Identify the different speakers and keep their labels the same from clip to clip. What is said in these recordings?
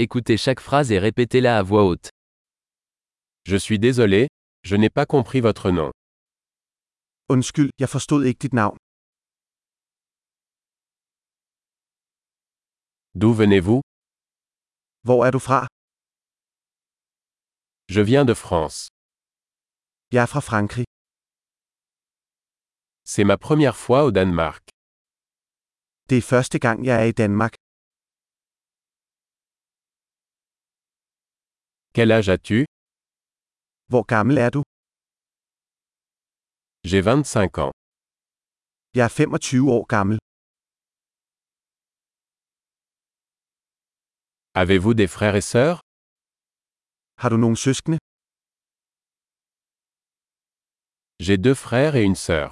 Speaker 1: Écoutez chaque phrase et répétez-la à voix haute.
Speaker 2: Je suis désolé, je n'ai pas compris votre nom.
Speaker 3: Undskyld, jeg forstod ikke dit navn.
Speaker 2: D'où venez-vous
Speaker 3: Hvor er du fra?
Speaker 2: Je viens de France.
Speaker 3: Jeg er fra Frankrig.
Speaker 2: C'est ma première fois au Danemark.
Speaker 3: Det er første gang, jeg er i Danmark.
Speaker 2: Quel âge as-tu
Speaker 3: Hvor gammel er du?
Speaker 2: J'ai 25 ans.
Speaker 3: Jeg er 25 år gammel.
Speaker 2: Avez-vous des frères et sœurs
Speaker 3: Har du nogle søskende?
Speaker 2: J'ai deux frères et une sœur.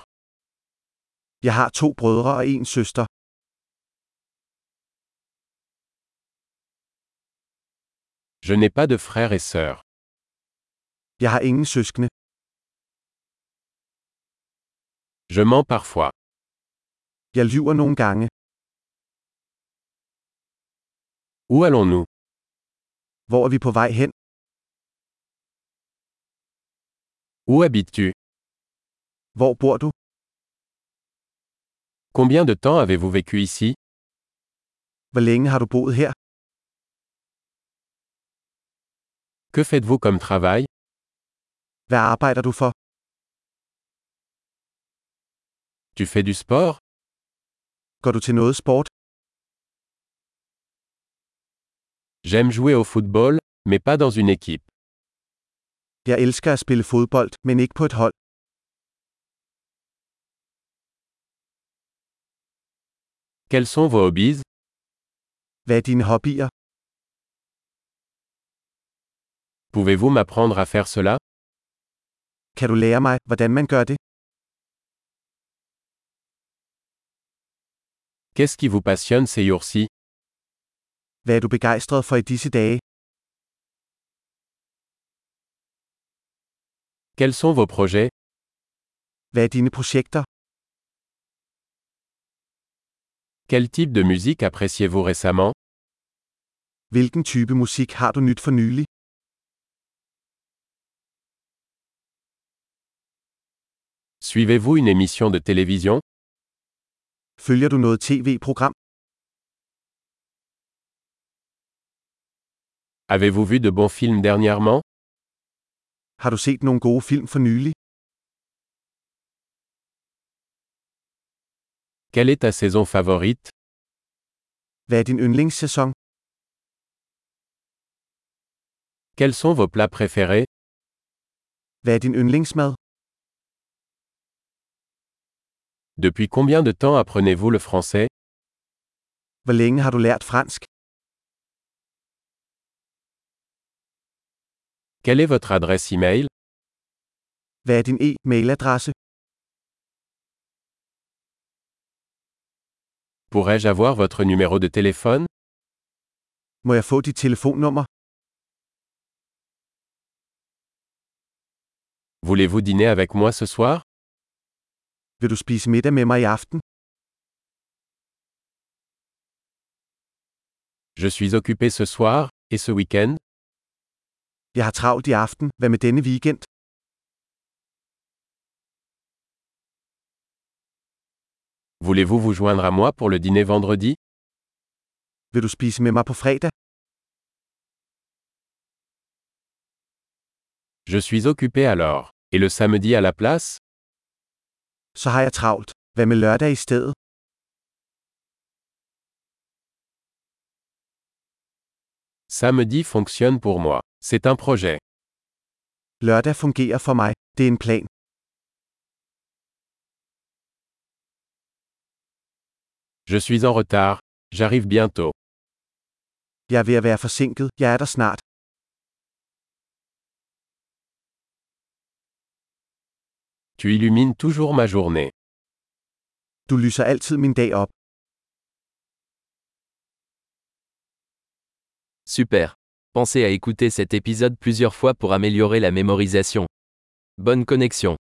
Speaker 3: Jeg har to brødre og en søster.
Speaker 2: Je n'ai pas de frères et sœurs.
Speaker 3: Jeg har ingen søskende.
Speaker 2: Je mens parfois.
Speaker 3: Jeg lyver nogle gange.
Speaker 2: Où allons-nous
Speaker 3: Hvor er vi på vej hen?
Speaker 2: Où habites-tu
Speaker 3: Hvor bor du?
Speaker 2: Combien de temps avez-vous vécu ici
Speaker 3: Hvor længe har du boet her?
Speaker 2: Que faites-vous comme travail
Speaker 3: Hvad arbejder du for?
Speaker 2: Tu fais du sport
Speaker 3: Går du til noget sport?
Speaker 2: J'aime jouer au football, mais pas dans une équipe.
Speaker 3: Jeg elsker at spille fodbold, men ikke på et hold.
Speaker 2: Quels sont vos hobbies
Speaker 3: Hvad er dine hobbyer?
Speaker 2: Pouvez-vous m'apprendre à faire cela
Speaker 3: Kan du lære mig, hvordan man gør det?
Speaker 2: Qu'est-ce qui vous passionne ces jours-ci
Speaker 3: Hvad er du begejstret for i disse dage?
Speaker 2: Quels sont vos projets
Speaker 3: Hvad er dine projekter?
Speaker 2: Quel type de musique appréciez-vous récemment
Speaker 3: Hvilken type musik har du nyt for nylig?
Speaker 2: Suivez-vous une émission de télévision
Speaker 3: Følger du noget tv-program?
Speaker 2: Avez-vous vu de bons films dernièrement
Speaker 3: Har du set nogle gode film for nylig?
Speaker 2: Quelle est ta saison favorite
Speaker 3: Hvad er din yndlingssæson?
Speaker 2: Quels sont vos plats préférés
Speaker 3: Hvad er din yndlingsmad?
Speaker 2: Depuis combien de temps apprenez-vous le français
Speaker 3: Hvor længe har du lært fransk?
Speaker 2: Quelle est votre adresse e-mail
Speaker 3: Hvad er din e-mailadresse?
Speaker 2: Pourrais-je avoir votre numéro de téléphone
Speaker 3: Må jeg få dit telefonnummer?
Speaker 2: Voulez-vous dîner avec moi ce soir
Speaker 3: Vil du spise middag med mig i aften?
Speaker 2: Je suis occupé ce soir et ce week-end.
Speaker 3: Jeg har travlt i aften. Hvad med denne weekend?
Speaker 2: Voulez-vous vous joindre à moi pour le dîner vendredi
Speaker 3: Vil du spise med mig på fredag?
Speaker 2: Je suis occupé alors. Et le samedi à la place
Speaker 3: Så har jeg travlt. Hvad med lørdag i stedet?
Speaker 2: Samedi fonctionne pour moi. C'est un projet.
Speaker 3: Lørdag fungerer for mig. Det er en plan.
Speaker 2: Je suis en retard. J'arrive bientôt.
Speaker 3: Jeg er ved at være forsinket. Jeg er der snart.
Speaker 2: Tu illumines toujours ma journée.
Speaker 3: Du lyser altid min dag op.
Speaker 1: Super. Pensez à écouter cet épisode plusieurs fois pour améliorer la mémorisation. Bonne connexion.